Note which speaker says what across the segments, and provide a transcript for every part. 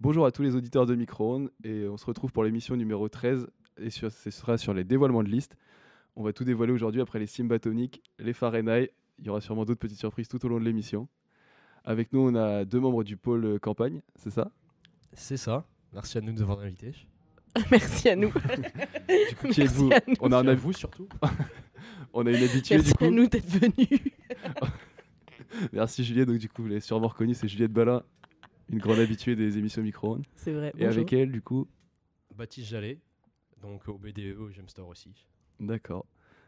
Speaker 1: Bonjour à tous les auditeurs de Micro-ondes et on se retrouve pour l'émission numéro 13 et sur- ce sera sur les dévoilements de liste. On va tout dévoiler aujourd'hui après les Simbatonic, les Fahrenheit. Il y aura sûrement d'autres petites surprises tout au long de l'émission. Avec nous, on a deux membres du pôle euh, campagne, c'est ça
Speaker 2: C'est ça. Merci à nous de nous avoir invités.
Speaker 3: Merci à nous.
Speaker 1: Du coup, qui êtes-vous
Speaker 3: Merci à nous.
Speaker 1: On a un
Speaker 2: à
Speaker 1: hab-
Speaker 2: vous surtout.
Speaker 1: on a une habituée
Speaker 3: Merci
Speaker 1: du
Speaker 3: à
Speaker 1: coup.
Speaker 3: nous d'être venus.
Speaker 1: Merci Juliette. Donc du coup, vous l'avez sûrement reconnu, c'est Juliette Balin, une grande habituée des émissions Micro-ondes.
Speaker 3: C'est vrai.
Speaker 1: Et avec elle, du coup,
Speaker 2: Baptiste Jallet, donc au E BDE, au Game Store aussi.
Speaker 1: d'accord.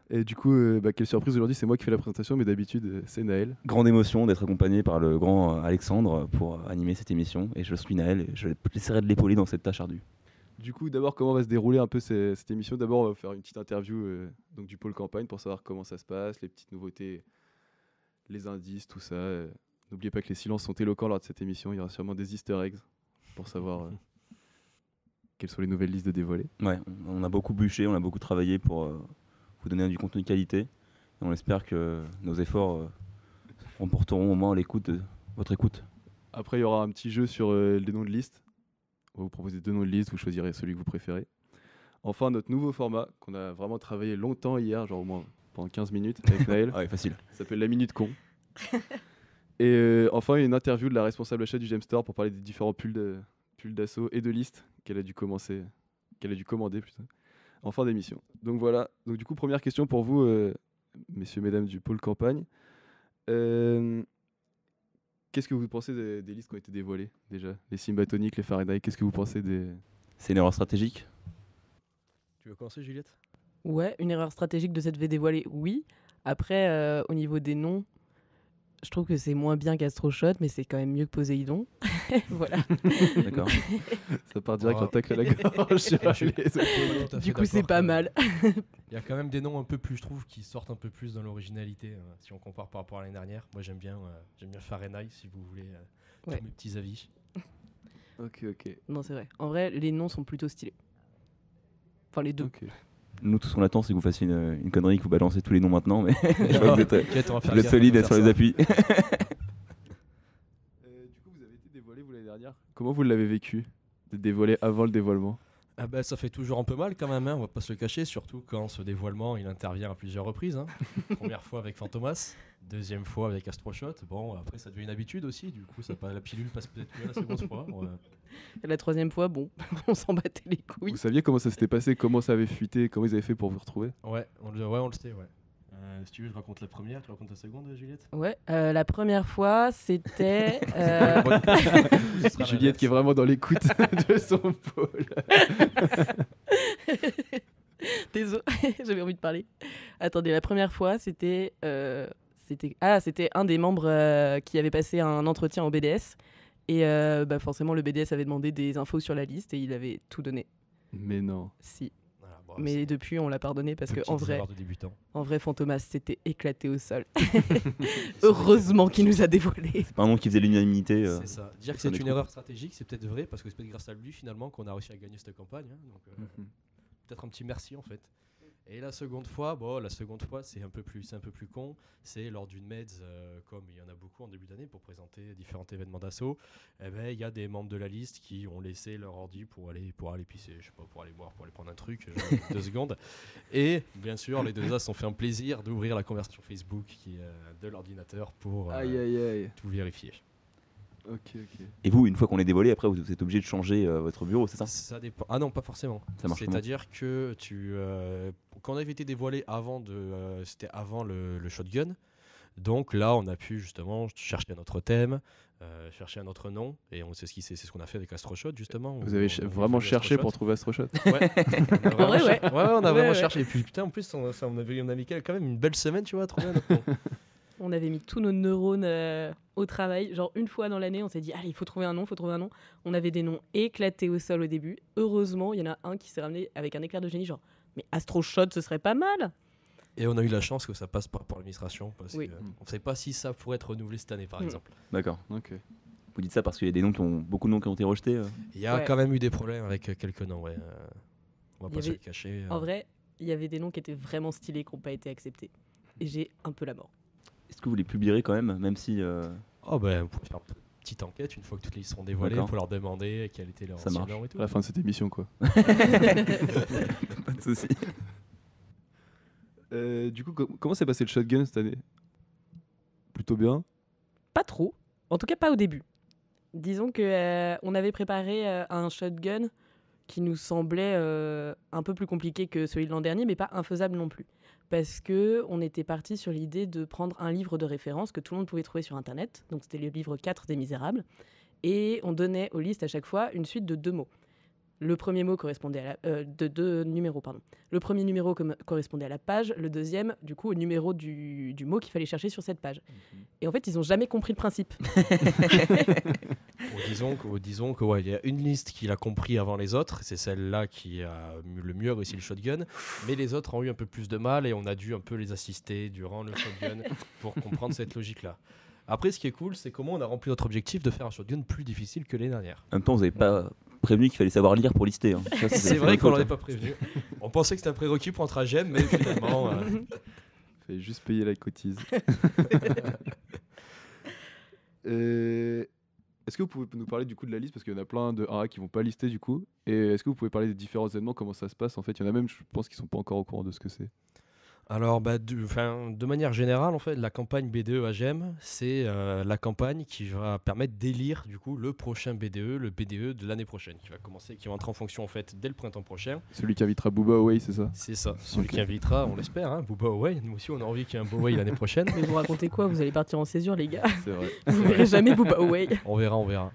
Speaker 1: Et du coup, euh, bah, quelle surprise aujourd'hui, c'est moi qui fais la présentation, mais d'habitude, euh, c'est Naël.
Speaker 4: Grande émotion d'être accompagné par le grand euh, Alexandre pour euh, animer cette émission. Et je suis Naël et je essaierai de l'épauler dans cette tâche ardue.
Speaker 1: Du coup, d'abord, comment va se dérouler un peu ces- cette émission D'abord, on va faire une petite interview euh, donc, du pôle campagne pour savoir comment ça se passe, les petites nouveautés, les indices, tout ça. euh. N'oubliez pas que les silences sont éloquents lors de cette émission. Il y aura sûrement des easter eggs pour savoir euh, quelles sont les nouvelles listes de dévoilées.
Speaker 4: Ouais, on on a beaucoup bûché, on a beaucoup travaillé pour euh, vous donner du contenu de qualité. Et on espère que nos efforts euh, remporteront au moins l'écoute, de- votre écoute.
Speaker 1: Après, il y aura un petit jeu sur euh, les noms de listes. On va vous proposer deux noms de listes, vous choisirez celui que vous préférez. Enfin, notre nouveau format qu'on a vraiment travaillé longtemps hier, genre au moins pendant 15 minutes avec Naël.
Speaker 4: Ah ouais, facile.
Speaker 1: Ça s'appelle La Minute Con. et euh, enfin, une interview de la responsable achat du Gem Store pour parler des différents pulls de- pulls d'assaut et de listes qu'elle a dû commencer, qu'elle a dû commander plutôt, en fin d'émission. Donc voilà. Donc du coup, première question pour vous, euh, messieurs, mesdames du pôle campagne. Euh, Qu'est-ce que vous pensez des, des listes qui ont été dévoilées déjà Les Simbatonic, les Faraday, qu'est-ce que vous pensez des...
Speaker 4: C'est une erreur stratégique.
Speaker 2: Tu veux commencer, Juliette
Speaker 3: Ouais, une erreur stratégique de cette V dévoilée, oui. Après, euh, au niveau des noms, je trouve que c'est moins bien qu'Astroshot, mais c'est quand même mieux que Poséidon. voilà.
Speaker 4: D'accord.
Speaker 1: Ça part direct
Speaker 2: Oh.
Speaker 1: en tacle à la gorge. sur les-
Speaker 3: Euh, Du coup, c'est pas mal.
Speaker 2: Euh, Il y a quand même des noms un peu plus, je trouve, qui sortent un peu plus dans l'originalité euh, si on compare par rapport à l'année dernière. Moi, j'aime bien, euh, j'aime bien Fahrenheit, si vous voulez euh,
Speaker 3: Ouais.
Speaker 2: tous mes petits avis.
Speaker 1: ok, ok.
Speaker 3: Non, c'est vrai. En vrai, les noms sont plutôt stylés. Enfin, les deux.
Speaker 1: ok.
Speaker 4: Nous, tout ce qu'on attend, c'est que vous fassiez une, une connerie, que vous balancez tous les noms maintenant. Mais je vois que vous êtes, euh,
Speaker 2: Juliette, on va faire
Speaker 4: vous êtes
Speaker 2: gaffe,
Speaker 4: solide
Speaker 2: on
Speaker 4: et
Speaker 2: va
Speaker 4: sur
Speaker 2: faire
Speaker 4: les
Speaker 2: ça.
Speaker 4: appuis.
Speaker 1: Euh, du coup, vous avez été dévoilé, vous, l'année dernière. Comment vous l'avez vécu D'être dévoilé avant le dévoilement
Speaker 2: Ah bah, ça fait toujours un peu mal quand même, hein, on va pas se le cacher, surtout quand ce dévoilement il intervient à plusieurs reprises. hein. Première fois avec Fantomas, deuxième fois avec Astroshot. Bon, après ça devient une habitude aussi, du coup ça pas, la pilule passe peut-être mieux la seconde fois. ouais.
Speaker 3: La troisième fois, bon, on s'en battait les couilles.
Speaker 1: Vous saviez comment ça s'était passé Comment ça avait fuité Comment ils avaient fait pour vous retrouver
Speaker 2: Ouais, on le, ouais, on le sait, ouais. Euh, si tu veux, je raconte la première, tu racontes la seconde, Juliette
Speaker 3: Ouais, euh, la première fois, c'était. euh,
Speaker 1: Juliette qui est vraiment dans l'écoute de son pôle.
Speaker 3: Désolée, j'avais envie de parler. Attendez, la première fois, c'était. euh, c'était- ah, c'était un des membres euh, qui avait passé un entretien au BDS. Et euh, bah, forcément, le BDS avait demandé des infos sur la liste et il avait tout donné.
Speaker 1: Mais non.
Speaker 3: Si.
Speaker 2: Oh,
Speaker 3: Mais depuis, on l'a pardonné parce que, en vrai,
Speaker 2: De débutant.
Speaker 3: en vrai, Fantomas s'était éclaté au sol. Heureusement qu'il nous a dévoilé.
Speaker 4: C'est pas un nom qui faisait l'unanimité. euh.
Speaker 2: C'est ça. Dire que
Speaker 4: ça
Speaker 2: c'est
Speaker 4: les
Speaker 2: une
Speaker 4: trouve.
Speaker 2: erreur stratégique, c'est peut-être vrai, parce que c'est peut-être grâce à lui finalement qu'on a réussi à gagner cette campagne. hein, donc, euh,
Speaker 1: Mhm.
Speaker 2: peut-être un petit merci en fait. Et la seconde fois, bon, la seconde fois, c'est un peu plus, c'est un peu plus con. C'est lors d'une meds, euh, comme il y en a beaucoup en début d'année pour présenter différents événements d'assaut. Eh ben, il y a des membres de la liste qui ont laissé leur ordi pour aller, pour aller pisser, je sais pas, pour aller boire, pour aller prendre un truc, genre, deux secondes. Et bien sûr, les deux as ont fait un plaisir d'ouvrir la conversion Facebook qui, euh, de l'ordinateur pour euh,
Speaker 1: Aïe, aïe, aïe.
Speaker 2: tout vérifier.
Speaker 1: Ok, ok.
Speaker 4: Et vous, une fois qu'on est dévoilé, après, vous êtes obligé de changer euh, votre bureau, c'est ça
Speaker 2: Ça dépend. Ah non, pas forcément.
Speaker 4: Ça marche
Speaker 2: C'est-à-dire que tu, euh, quand on avait été dévoilé avant de, euh, c'était avant le, le shotgun. Donc là, on a pu justement chercher un autre thème, euh, chercher un autre nom, et on sait ce qui c'est, c'est ce qu'on a fait avec AstroShot justement.
Speaker 1: Vous avez
Speaker 2: On-
Speaker 1: ch-
Speaker 2: on a
Speaker 1: vraiment
Speaker 2: fait
Speaker 1: cherché pour
Speaker 2: AstroShot.
Speaker 1: trouver Astroshot
Speaker 2: Ouais. On a vraiment
Speaker 3: vrai,
Speaker 2: cher- ouais, on a
Speaker 3: Ouais,
Speaker 2: vraiment
Speaker 3: ouais.
Speaker 2: cherché. Et puis putain, en plus, on, ça, on avait, on a mis quand même une belle semaine, tu vois, à trouver. un autre nom.
Speaker 3: On avait mis tous nos neurones euh, au travail. Genre, une fois dans l'année, on s'est dit, allez, il faut trouver un nom, il faut trouver un nom. On avait des noms éclatés au sol au début. Heureusement, il y en a un qui s'est ramené avec un éclair de génie, genre, mais Astroshot, ce serait pas mal.
Speaker 2: et on a eu la chance que ça passe par, par l'administration, parce
Speaker 3: Oui.
Speaker 2: que, euh, on ne sait pas si ça pourrait être renouvelé cette année, par
Speaker 3: Mm.
Speaker 2: exemple.
Speaker 4: D'accord.
Speaker 1: Ok.
Speaker 4: Vous dites ça parce qu'il y a des noms qui ont beaucoup de noms qui ont été rejetés. euh.
Speaker 2: Il y a
Speaker 3: Ouais.
Speaker 2: quand même eu des problèmes avec euh, quelques noms, ouais. euh, on
Speaker 3: Il
Speaker 2: va
Speaker 3: y
Speaker 2: pas se le
Speaker 3: avait-
Speaker 2: cacher.
Speaker 3: En
Speaker 2: euh.
Speaker 3: vrai, il y avait des noms qui étaient vraiment stylés, qui n'ont pas été acceptés. Et j'ai un peu la mort.
Speaker 4: Est-ce que vous les publierez quand même, même si euh,
Speaker 2: Oh ben, vous pouvez faire un petite enquête une fois que toutes les listes seront dévoilées
Speaker 4: D'accord.
Speaker 2: pour leur demander quel était leur
Speaker 4: Ça
Speaker 2: ancien
Speaker 4: marche.
Speaker 2: nom et tout.
Speaker 1: à la fin de cette émission, quoi.
Speaker 4: Pas de soucis.
Speaker 1: Euh, du coup, com- comment s'est passé le shotgun cette année Plutôt bien.
Speaker 3: Pas trop. En tout cas, pas au début. Disons que euh, on avait préparé euh, un shotgun qui nous semblait euh, un peu plus compliqué que celui de l'an dernier, mais pas infaisable non plus, parce que on était parti sur l'idée de prendre un livre de référence que tout le monde pouvait trouver sur Internet. Donc c'était le livre 4 des Misérables, et on donnait aux listes à chaque fois une suite de deux mots. Le premier mot correspondait à la, euh, de deux numéros, pardon. Le premier numéro com- correspondait à la page, le deuxième, du coup, au numéro du- du mot qu'il fallait chercher sur cette page. Et en fait, ils n'ont jamais compris le principe.
Speaker 2: Ou disons que, disons que ouais, il y a une liste qui l'a compris avant les autres, c'est celle-là qui a mu- le mieux réussi le shotgun, mais les autres ont eu un peu plus de mal et on a dû un peu les assister durant le shotgun pour comprendre cette logique-là. Après, ce qui est cool, c'est comment on a rempli notre objectif de faire un shotgun plus difficile que les dernières.
Speaker 4: En même temps, vous n'avez pas prévenu qu'il fallait savoir lire pour lister. hein. Ça,
Speaker 2: C'est vrai
Speaker 4: votre
Speaker 2: qu'on
Speaker 4: faute,
Speaker 2: n'en
Speaker 4: hein.
Speaker 2: est pas prévenu. On pensait que c'était un prérequis pour entrer à GEM, mais finalement. euh,
Speaker 1: Fallait juste payer la cotise. Euh, est-ce que vous pouvez nous parler du coup de la liste Parce qu'il y en a plein de A qui vont pas lister du coup. Et est-ce que vous pouvez parler des différents événements, comment ça se passe en fait Il y en a même, je pense, qui sont pas encore au courant de ce que c'est.
Speaker 2: Alors, bah, du- enfin, de manière générale, en fait, la campagne BDE AGM, c'est euh, la campagne qui va permettre d'élire du coup le prochain BDE, le BDE de l'année prochaine, qui va commencer, qui va entrer en fonction en fait dès le printemps prochain.
Speaker 1: Celui qui invitera Booba away, c'est ça
Speaker 2: C'est ça. Celui qui invitera, on l'espère, hein, Booba Away. Nous aussi, on a envie qu'il y ait un Booba l'année prochaine.
Speaker 3: Mais vous racontez quoi Vous allez partir en césure, les gars
Speaker 1: C'est vrai.
Speaker 3: Vous verrez jamais Booba Away.
Speaker 2: On verra, on verra.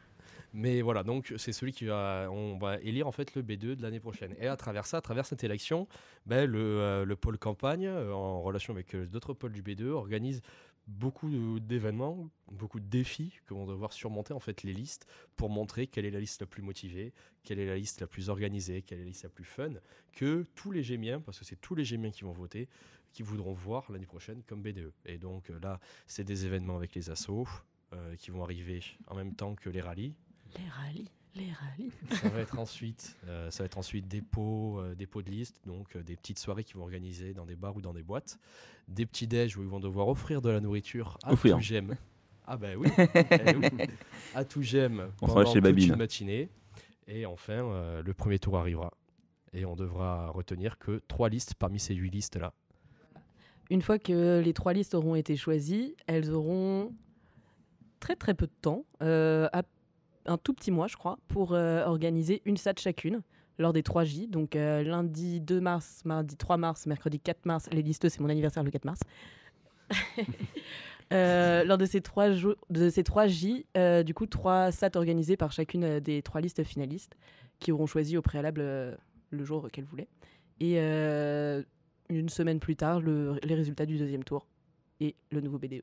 Speaker 2: Mais voilà, donc c'est celui qui va, on va élire en fait le B2 de l'année prochaine. Et à travers ça, à travers cette élection, ben, le, euh, le pôle campagne, euh, en relation avec euh, d'autres pôles du B2, organise beaucoup de- d'événements, beaucoup de défis que vont devoir surmonter en fait les listes pour montrer quelle est la liste la plus motivée, quelle est la liste la plus organisée, quelle est la liste la plus fun, que tous les Gémiens, parce que c'est tous les Gémiens qui vont voter, qui voudront voir l'année prochaine comme BDE. Et donc euh, là, c'est des événements avec les assos, euh, qui vont arriver en même temps que les rallyes.
Speaker 3: Les rallyes, les rallyes.
Speaker 2: Ça va être ensuite, euh, ça va être ensuite des pots, euh, des pots de liste, donc euh, des petites soirées qu'ils vont organiser dans des bars ou dans des boîtes, des petits déj où ils vont devoir offrir de la nourriture à
Speaker 4: Offrir.
Speaker 2: tout j'aime. Ah ben oui, eh oui. à tout j'aime
Speaker 4: On s'en va
Speaker 2: pendant
Speaker 4: chez
Speaker 2: toute
Speaker 4: Babine.
Speaker 2: une matinée. Et enfin, euh, le premier tour arrivera. Et on devra retenir que trois listes parmi ces huit listes-là.
Speaker 3: Une fois que les trois listes auront été choisies, elles auront très très peu de temps, euh, à- un tout petit mois je crois, pour euh, organiser une SAT chacune lors des 3J. Donc euh, lundi 2 mars, mardi 3 mars, mercredi 4 mars. Les listes, c'est mon anniversaire le 4 mars. Euh, lors de ces 3 jours, de ces 3J, euh, du coup, trois SAT organisées par chacune euh, des trois listes finalistes qui auront choisi au préalable euh, le jour qu'elles voulaient. Et euh, une semaine plus tard le- les résultats du deuxième tour et le nouveau E. BDE.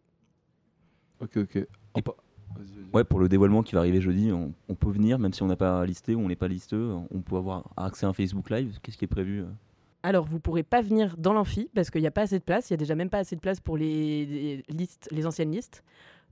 Speaker 1: Ok, ok.
Speaker 4: Et-
Speaker 1: pa- vas-y, vas-y.
Speaker 4: Ouais, pour le dévoilement qui va arriver jeudi, on, on peut venir, même si on n'a pas listé ou on n'est pas listeux, on peut avoir accès à un Facebook Live. Qu'est-ce qui est prévu euh
Speaker 3: Alors, vous pourrez pas venir dans l'amphi parce qu'il n'y a pas assez de place. Il y a déjà même pas assez de place pour les, les listes, les anciennes listes.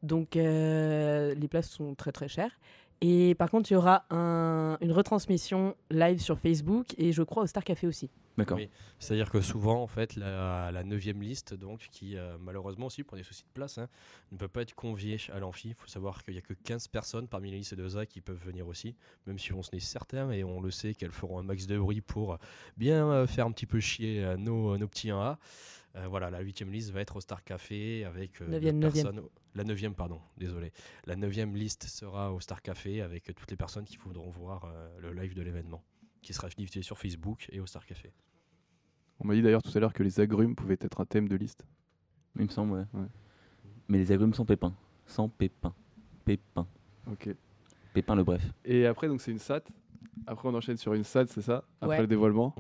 Speaker 3: Donc, euh, les places sont très très chères. Et par contre, il y aura un- une retransmission live sur Facebook et je crois au Star Café aussi.
Speaker 4: D'accord.
Speaker 2: Oui. C'est-à-dire que souvent, en fait, la, la neuvième liste, donc, qui euh, malheureusement aussi pour des soucis de place, hein, ne peut pas être conviée à l'amphi. Il faut savoir qu'il n'y a que 15 personnes parmi les listes de ZA qui peuvent venir aussi, même si on se n'est certain et on le sait qu'elles feront un max de bruit pour euh, bien euh, faire un petit peu chier euh, nos, nos petits 1A. Euh, voilà, la huitième liste va être au Star Café avec euh, deux
Speaker 3: Neuvième, neuvième.
Speaker 2: personnes- La neuvième, pardon, désolé. La neuvième liste sera au Star Café avec euh, toutes les personnes qui voudront voir euh, le live de l'événement, qui sera diffusé sur Facebook et au Star Café.
Speaker 1: On m'a dit d'ailleurs tout à l'heure que les agrumes pouvaient être un thème de liste.
Speaker 4: Il me semble, ouais.
Speaker 1: Ouais.
Speaker 4: Mais les agrumes sans pépins. Sans pépins. Pépins.
Speaker 1: Ok.
Speaker 4: Pépin le bref.
Speaker 1: Et après, donc c'est une SAT. Après, on enchaîne sur une SAT, c'est ça Après
Speaker 3: Ouais.
Speaker 1: le dévoilement.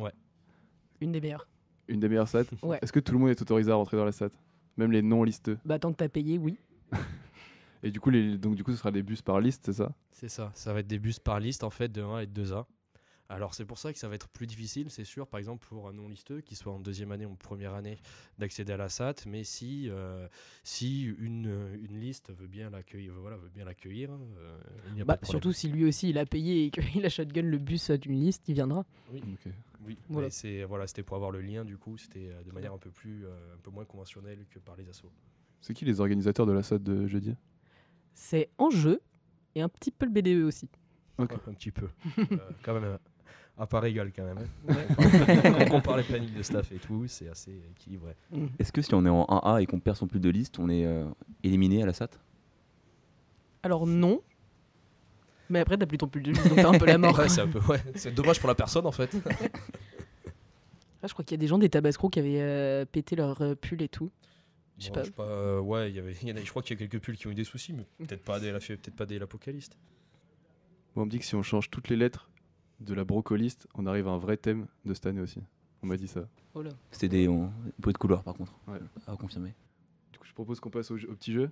Speaker 3: Une des meilleures.
Speaker 1: Une des meilleures SAT.
Speaker 3: Ouais.
Speaker 1: Est-ce que tout le monde est autorisé à rentrer dans la SAT Même les non listeux.
Speaker 3: Bah, tant que t'as payé, oui.
Speaker 1: Et du coup, les... donc, du coup, ce sera des bus par liste, c'est ça
Speaker 2: C'est ça, ça va être des bus par liste en fait de 1 et de 2A. Alors c'est pour ça que ça va être plus difficile, c'est sûr, par exemple pour un non-listeux qui soit en deuxième année ou en première année d'accéder à la SAT, mais si, euh, si une, euh, une liste veut bien l'accueillir, voilà, veut bien l'accueillir, euh, il n'y a
Speaker 3: Bah,
Speaker 2: pas de problème.
Speaker 3: surtout si lui aussi il a payé et qu'il a shotgun le bus euh, d'une liste, il viendra.
Speaker 1: Ok.
Speaker 2: Oui,
Speaker 3: Voilà.
Speaker 2: mais c'est- voilà, c'était pour avoir le lien du coup, c'était euh, de manière un peu, plus, euh, un peu moins conventionnelle que par les assos.
Speaker 1: C'est qui les organisateurs de la SAT de jeudi
Speaker 3: C'est en jeu et un petit peu le BDE aussi.
Speaker 1: Ok.
Speaker 2: Ouais, un petit peu. Euh, quand même, euh, à part égal quand même. hein. Quand on parle de planning de staff et tout, c'est assez équilibré.
Speaker 4: Est-ce que si on est en 1A et qu'on perd son plus de liste, on est euh, éliminé à la SAT
Speaker 3: Alors non. Mais après, t'as plus ton pull de liste, donc t'as un peu la mort.
Speaker 2: Ouais, c'est un peu, ouais. C'est dommage pour la personne en fait.
Speaker 3: Ah, je crois qu'il y a des gens des Tabasco qui avaient euh, pété leur euh, pull et tout. Je sais
Speaker 2: Bon,
Speaker 3: pas.
Speaker 2: euh, ouais, il y avait, il y en a- je crois qu'il y a quelques pulls qui ont eu des soucis, mais peut-être pas des, la- peut-être pas des l'apocalypse.
Speaker 1: Moi, on me dit que si on change toutes les lettres de la brocoliste, on arrive à un vrai thème de cette année aussi. On m'a dit ça.
Speaker 3: Oh là.
Speaker 4: C'était des on- bruits de couloir par contre.
Speaker 1: Ouais.
Speaker 4: À confirmer.
Speaker 1: Du coup, je propose qu'on passe au, jeu- au petit jeu.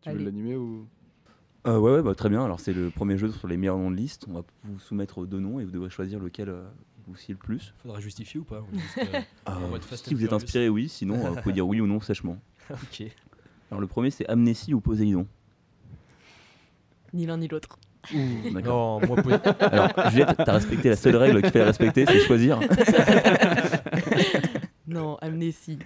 Speaker 1: Tu
Speaker 3: Allez.
Speaker 1: veux l'animer ou
Speaker 4: Euh, ouais, ouais bah, très bien. Alors c'est le premier jeu sur les meilleurs noms de liste. On va vous soumettre deux noms et vous devrez choisir lequel euh, vous scie le plus.
Speaker 2: Faudra justifier ou pas ou juste, euh, en mode Fast
Speaker 4: si
Speaker 2: and
Speaker 4: vous êtes
Speaker 2: Furious.
Speaker 4: inspiré, oui. Sinon, euh, vous pouvez dire oui ou non sèchement.
Speaker 2: Ok.
Speaker 4: Alors le premier c'est Amnésie ou Poséidon.
Speaker 3: Ni l'un ni l'autre.
Speaker 4: D'accord.
Speaker 2: Non, moi, poser-
Speaker 4: Alors Juliette, t'as respecté la seule règle qu'il fallait respecter, c'est choisir.
Speaker 3: Non, amnésie.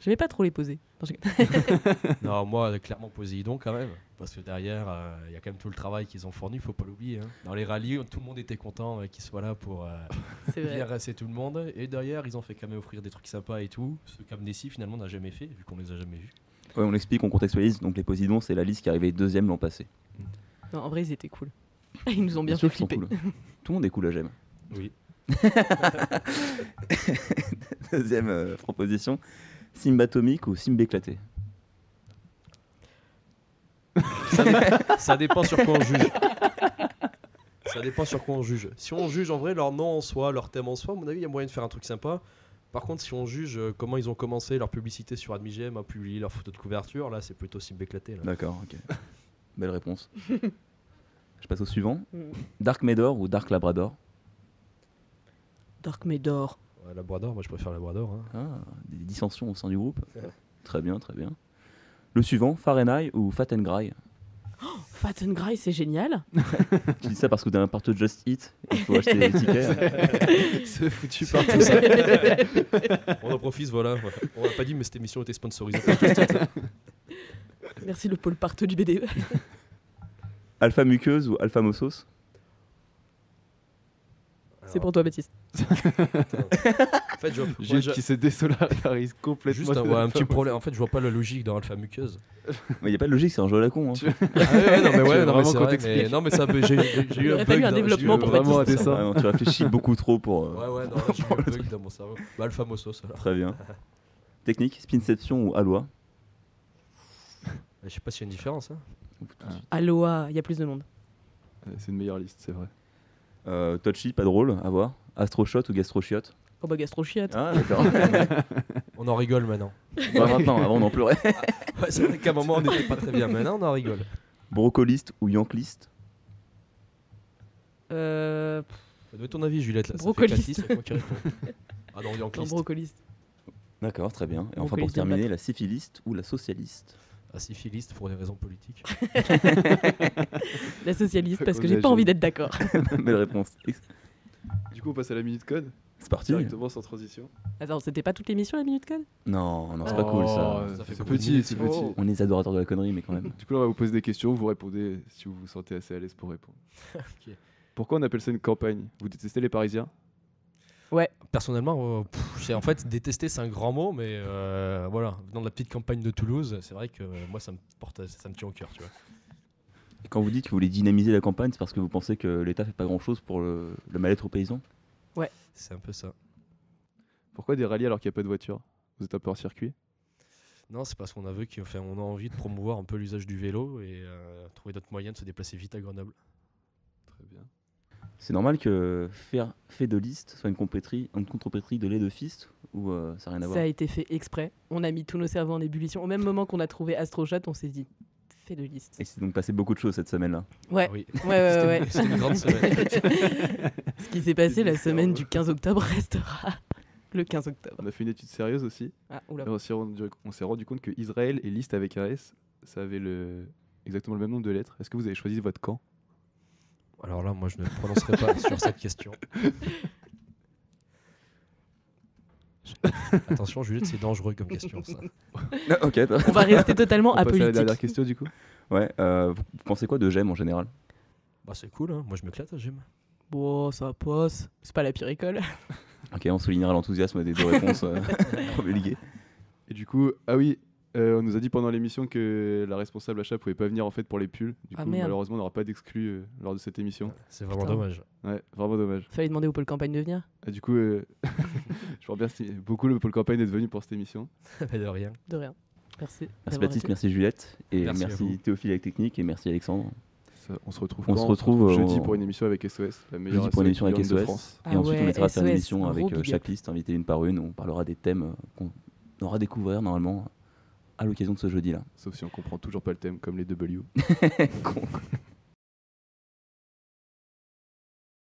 Speaker 3: Je vais pas trop les poser. Non, je-
Speaker 2: non, moi, euh, clairement Poséidon quand même, parce que derrière, euh, il y a quand même tout le travail qu'ils ont fourni, faut pas l'oublier. hein. Dans les rallyes, tout le monde était content euh, qu'ils soient là pour euh,
Speaker 3: C'est
Speaker 2: bien
Speaker 3: vrai.
Speaker 2: rasser tout le monde, et derrière, ils ont fait quand même offrir des trucs sympas et tout, ce qu'Amnesty finalement n'a jamais fait, vu qu'on les a jamais vus.
Speaker 4: Ouais, on explique, on contextualise. Donc les Poséidons, c'est la liste qui est arrivée deuxième l'an passé.
Speaker 3: Non, en vrai, ils étaient cool. Ah, Ils nous ont bien,
Speaker 4: sûr
Speaker 3: fait
Speaker 4: qu'ils sont
Speaker 3: flipper.
Speaker 4: cool. Tout le monde est cool à j'aime.
Speaker 2: Oui.
Speaker 4: Deuxième euh, proposition, Simba atomique ou Simba éclaté.
Speaker 2: Ça, dé- ça dépend sur quoi on juge. Ça dépend sur quoi on juge. Si on juge en vrai leur nom en soi, leur thème en soi, à mon avis, il y a moyen de faire un truc sympa. Par contre, si on juge euh, comment ils ont commencé leur publicité sur AdmiGM à publier leur photo de couverture, là, c'est plutôt Simba éclaté. là.
Speaker 4: D'accord, ok. Belle réponse. Je passe au suivant.
Speaker 3: Mm.
Speaker 4: Dark Médor ou Dark Labrador
Speaker 3: Dark Médor.
Speaker 2: Ouais, Labrador, moi je préfère Labrador. hein.
Speaker 4: Ah, des dissensions au sein du groupe. Très bien, très bien. Le suivant, Fahrenheit ou Fat and Gry.
Speaker 3: Fat and Gry, c'est génial.
Speaker 4: Tu dis ça parce que t'as un partout Just Eat, il faut acheter des tickets.
Speaker 1: C'est foutu par
Speaker 2: Tout ça. on en profite, voilà. ouais. On n'a pas dit, mais cette émission était sponsorisée. par Just Eat.
Speaker 3: Merci le pôle partout du E. BDE.
Speaker 4: Alpha Muqueuse ou Alpha Mossos
Speaker 3: C'est pour toi, Baptiste.
Speaker 2: En fait, je vois- ouais,
Speaker 1: Jules
Speaker 2: je-
Speaker 1: qui se désolidarise complètement.
Speaker 2: Juste un,
Speaker 1: de
Speaker 2: ouais,
Speaker 1: la
Speaker 2: un petit
Speaker 1: femme.
Speaker 2: problème. En fait, je vois pas la logique dans Alpha Muqueuse.
Speaker 4: Mais il a pas de logique, c'est un jeu à la con. hein.
Speaker 1: Tu-
Speaker 2: Ah ouais, ouais, non, mais
Speaker 1: Tu veux
Speaker 2: ouais, non, mais
Speaker 1: vraiment
Speaker 2: c'est
Speaker 1: qu'on
Speaker 2: vrai,
Speaker 1: t'explique
Speaker 2: mais- non, mais ça, mais j'ai eu- j'ai eu
Speaker 3: Il
Speaker 2: un
Speaker 3: aurait
Speaker 2: bug.
Speaker 3: fallu un
Speaker 2: dans- j'ai eu
Speaker 3: développement
Speaker 1: pour
Speaker 2: vraiment
Speaker 1: Baptiste.
Speaker 2: un
Speaker 1: Ça.
Speaker 4: Ah non, tu réfléchis beaucoup trop pour. euh,
Speaker 2: Ouais, ouais, non, là, j'ai eu un bug dans mon cerveau. Bah, le fameux sauce, alors.
Speaker 4: Très bien. Technique, Spinception ou Aloha
Speaker 2: Je sais pas s'il y a une différence. Hein.
Speaker 3: Aloha, il y a plus de monde.
Speaker 1: Ouais, C'est une meilleure liste, c'est vrai.
Speaker 4: Euh, Touchy, pas drôle, à voir. Astroshot ou Gastroshot
Speaker 3: Oh bah gastrochiote.
Speaker 4: Ah, d'accord.
Speaker 2: On en rigole maintenant.
Speaker 4: Pas maintenant, avant on en pleurait.
Speaker 2: Ouais, c'est vrai qu'à un moment, on n'était pas très bien. Maintenant, on en rigole.
Speaker 4: Brocoliste ou Yankliste
Speaker 3: Euh, pff,
Speaker 2: Ça doit être ton avis, Juliette. Là. Ça fait
Speaker 3: Brocoliste.
Speaker 2: quatre listes, c'est moi qui réponds. Ah non,
Speaker 3: un
Speaker 2: Yankliste.
Speaker 3: brocoliste.
Speaker 4: D'accord, très bien. Et enfin, pour
Speaker 3: Brocoliste de
Speaker 4: terminer, la syphiliste ou la socialiste
Speaker 2: Ah, syphiliste pour des raisons politiques.
Speaker 3: La socialiste, parce que
Speaker 1: Au
Speaker 3: j'ai pas
Speaker 1: GG.
Speaker 3: envie d'être d'accord.
Speaker 4: Belle réponse. Ex-
Speaker 1: Du coup, on passe à la minute code
Speaker 4: C'est parti
Speaker 1: directement sans transition.
Speaker 3: Attends, c'était pas toute l'émission la minute code
Speaker 4: Non, non, c'est
Speaker 2: Oh.
Speaker 4: pas cool ça.
Speaker 1: euh,
Speaker 2: Ça fait
Speaker 1: C'est
Speaker 2: beaucoup de
Speaker 1: petit,
Speaker 2: minutes.
Speaker 1: c'est
Speaker 3: Oh.
Speaker 1: petit.
Speaker 4: On est les adorateurs de la connerie, mais quand même.
Speaker 1: Du coup, là, on va vous poser des questions, vous répondez si vous vous sentez assez à l'aise pour répondre.
Speaker 2: Ok.
Speaker 1: Pourquoi on appelle ça une campagne Vous détestez les Parisiens
Speaker 2: Personnellement, euh, pff, c'est- en fait, détester, c'est un grand mot, mais euh, voilà. Dans la petite campagne de Toulouse, c'est vrai que euh, moi, ça me porte, ça me tue au cœur, tu vois.
Speaker 4: Et Quand vous dites que vous voulez dynamiser la campagne, c'est parce que vous pensez que l'État fait pas grand chose pour le, le mal-être aux paysans
Speaker 2: C'est un peu ça.
Speaker 1: Pourquoi des rallyes alors qu'il n'y a pas de voiture Vous êtes un peu en circuit
Speaker 2: Non, c'est parce qu'on a, vu qu'il- enfin, on a envie de promouvoir un peu l'usage du vélo et euh, trouver d'autres moyens de se déplacer vite à Grenoble.
Speaker 1: Très bien.
Speaker 4: C'est normal que faire fait de liste soit une compétrie, une contre-pétrie de lait de fist ou euh, ça n'a rien à voir
Speaker 3: Ça a été fait exprès. On a mis tous nos cerveaux en ébullition. Au même moment qu'on a trouvé Astroshot, on s'est dit, fais de liste.
Speaker 4: Et c'est donc passé beaucoup de choses cette semaine-là.
Speaker 3: Ouais,
Speaker 2: Ah oui.
Speaker 3: ouais, ouais,
Speaker 2: C'était
Speaker 3: ouais.
Speaker 2: une- c'était une grande semaine.
Speaker 3: Ce qui s'est passé la
Speaker 1: C'était
Speaker 3: semaine
Speaker 1: bizarre,
Speaker 3: du 15 octobre restera le 15 octobre.
Speaker 1: On a fait une étude sérieuse aussi.
Speaker 3: Ah, oula.
Speaker 1: Et on s'est rendu, on s'est rendu compte que Israël et liste avec un S, ça avait le, exactement le même nombre de lettres. Est-ce que vous avez choisi votre camp
Speaker 2: Alors là, moi, je ne me prononcerai pas sur cette question. Attention, Juliette, c'est dangereux comme question. Ça.
Speaker 4: Non, ok. attends.
Speaker 3: On va rester totalement
Speaker 1: On passe à la
Speaker 3: apolitique.
Speaker 1: dernière question du coup.
Speaker 4: Ouais. euh, vous pensez quoi de GEM en général
Speaker 2: Bah, c'est cool, hein. moi je m'éclate à Gem.
Speaker 3: Bon, Oh, ça passe. C'est pas la pire école.
Speaker 4: Ok, on soulignera l'enthousiasme des deux réponses euh, promulguées.
Speaker 1: Et du coup, ah oui, euh, on nous a dit pendant l'émission que la responsable achat pouvait pas venir en fait pour les pulls. Du
Speaker 3: Ah,
Speaker 1: coup,
Speaker 3: merde.
Speaker 1: malheureusement, on n'aura pas d'exclus euh, lors de cette émission.
Speaker 2: C'est vraiment
Speaker 3: Putain.
Speaker 2: dommage.
Speaker 1: Ouais, vraiment dommage.
Speaker 3: Fallait demander au pôle campagne de venir.
Speaker 1: Et du coup, euh, je vous remercie beaucoup le Pôle Campagne d'être venu pour cette émission.
Speaker 2: Mais de rien.
Speaker 3: De rien. Merci.
Speaker 4: Merci
Speaker 3: d'avoir
Speaker 4: Baptiste,
Speaker 3: été.
Speaker 4: merci Juliette, et
Speaker 2: Merci
Speaker 4: merci,
Speaker 2: à vous.
Speaker 4: Théophile avec Technique, et merci Alexandre.
Speaker 1: Ça, on se retrouve
Speaker 4: On
Speaker 1: quand
Speaker 4: se retrouve
Speaker 1: jeudi
Speaker 4: euh,
Speaker 1: pour une émission avec SOS, la meilleure
Speaker 4: jeudi pour une émission avec
Speaker 1: étudiante de
Speaker 4: SOS,
Speaker 1: France.
Speaker 4: et
Speaker 3: Ah
Speaker 4: ensuite
Speaker 3: ouais,
Speaker 4: on essaiera de faire une
Speaker 3: SOS,
Speaker 4: émission
Speaker 3: un
Speaker 4: avec
Speaker 3: gros
Speaker 4: euh,
Speaker 3: big
Speaker 4: chaque liste, invitée une par une, on parlera des thèmes euh, qu'on aura découvert normalement à l'occasion de ce jeudi-là.
Speaker 1: Sauf si on comprend toujours pas le thème, comme les W.
Speaker 4: Con.